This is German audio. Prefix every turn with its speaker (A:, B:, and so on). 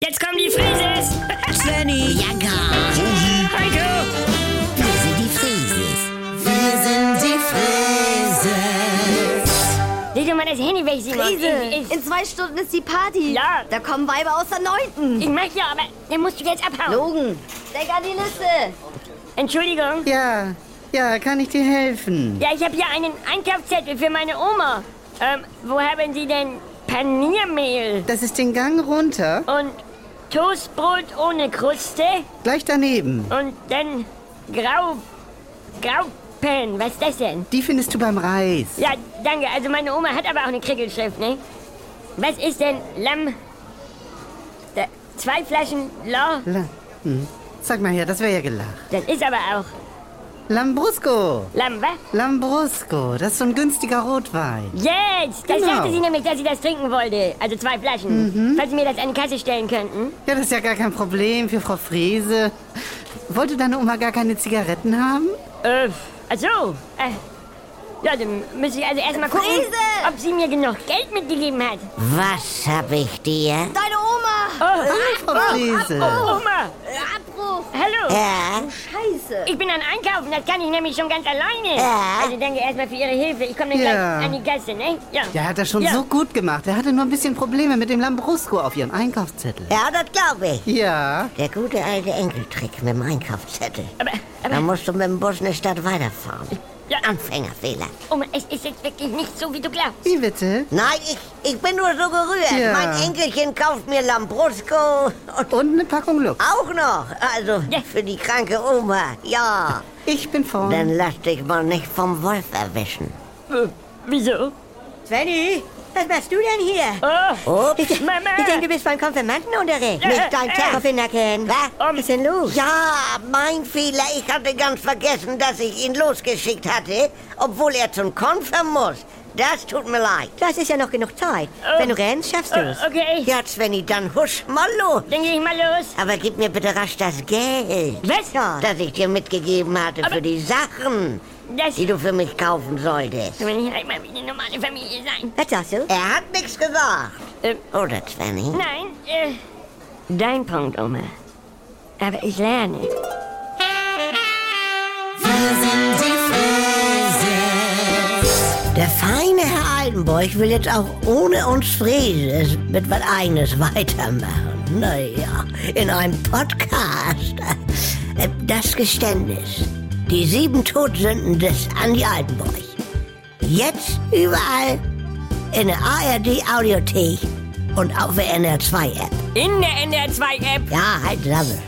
A: zwei Stunden ist die Party.
B: Ja.
A: Da kommen Weiber aus der Neunten.
B: Ich möchte aber, dann musst du jetzt abhauen.
A: Logen, denk an die Liste.
B: Entschuldigung.
C: Ja, ja, kann ich dir helfen?
B: Ja, ich habe hier einen Einkaufszettel für meine Oma. Ähm, wo haben Sie denn Paniermehl
C: Das ist den Gang runter,
B: und Toastbrot ohne Kruste
C: gleich daneben.
B: und dann Grau... Graupen, was ist das denn?
C: Die findest du beim Reis.
B: Ja, danke. Also meine Oma hat aber auch eine Krickelschrift, ne? Was ist denn Lamm... Da, zwei Flaschen Law,
C: La hm. Sag mal her, das wäre ja gelacht.
B: das ist aber auch
C: Lambrusco.
B: Lamm, was?
C: Lambrusco, das ist so ein günstiger Rotwein.
B: Jetzt! Das
C: Genau.
B: sagte sie nämlich, dass sie das trinken wollte. Also zwei Flaschen. Falls Sie mir das an die Kasse stellen könnten.
C: Ja, das ist ja gar kein Problem für Frau Frese. Wollte deine Oma gar keine Zigaretten haben?
B: Äh, ach so. Äh, ja, dann müsste ich also erstmal gucken,
A: Friese!
B: ob sie mir genug Geld mitgegeben hat. Oh,
D: Was hab ich dir?
A: Deine Oma. Äh,
C: Frau Frese.
B: Oma,
A: Abbruch.
B: hallo.
D: Ja,
A: Scheiße.
B: Ich bin an Einkaufen, das kann ich nämlich schon ganz alleine.
D: Ja.
B: Also danke erstmal für Ihre Hilfe. Ich komme dann
C: Ja.
B: gleich an die Kasse, ne? Ja.
C: Ja, hat er schon
B: Ja.
C: so gut gemacht. Er hatte nur ein bisschen Probleme mit dem Lambrusco auf ihrem Einkaufszettel.
D: ja das glaube ich.
C: Ja,
D: Der gute alte Enkeltrick mit dem Einkaufszettel.
B: Aber,
D: Da
B: aber,
D: musst du mit dem Bus eine Stadt weiterfahren.
B: Ja.
D: Anfängerfehler.
B: Oma, es ist jetzt wirklich nicht so, wie du glaubst.
C: wie bitte?
D: Nein, ich, ich bin nur so gerührt.
C: Ja.
D: Mein Enkelchen kauft mir Lambrusco und
C: Und eine Packung Lux.
D: auch noch. Also
B: Ja.
D: für die kranke Oma, ja.
C: Ich bin vorn.
D: Dann lass dich mal nicht vom Wolf erwischen.
B: Äh, wieso?
E: Svenny, was machst du denn hier?
B: Oh,
D: Ups.
E: Ich,
B: Mama.
E: ich denke, du bist beim Konfirmandenunterricht.
B: Äh,
D: Nicht dein
B: äh.
D: Terror.
E: Konfirmnacken.
D: Was?
B: Um.
E: Was ist denn los?
D: Ja, mein Fehler. Ich hatte ganz vergessen, dass ich ihn losgeschickt hatte, obwohl er zum Konfirm muss. Das tut mir leid.
E: Das ist ja noch genug Zeit. Wenn du rennst, schaffst du es.
B: oh, okay.
D: Ja, Svenny, dann husch mal los.
B: Dann gehe ich mal los.
D: Aber gib mir bitte rasch das Geld,
B: Was?
D: das ich dir mitgegeben hatte für die Sachen,
B: Das
D: die du für mich kaufen solltest.
B: Wenn ich einmal wie eine normale Familie sein.
E: Was sagst du?
D: Er hat nichts gesagt.
B: Ähm.
D: Oder, Svenny?
B: Nein, äh, dein Punkt, Oma. Aber ich lerne.
D: Der feine Herr Altenburg will jetzt auch ohne uns Frieses mit was Eigenes weitermachen. Naja, in einem Podcast. Äh, Das Geständnis. Die sieben Todsünden des Andi Altenburg. Jetzt überall in der ARD-Audiothek und auf der NR2-App.
B: In der NDR 2 App.
D: Ja, halt Sammel.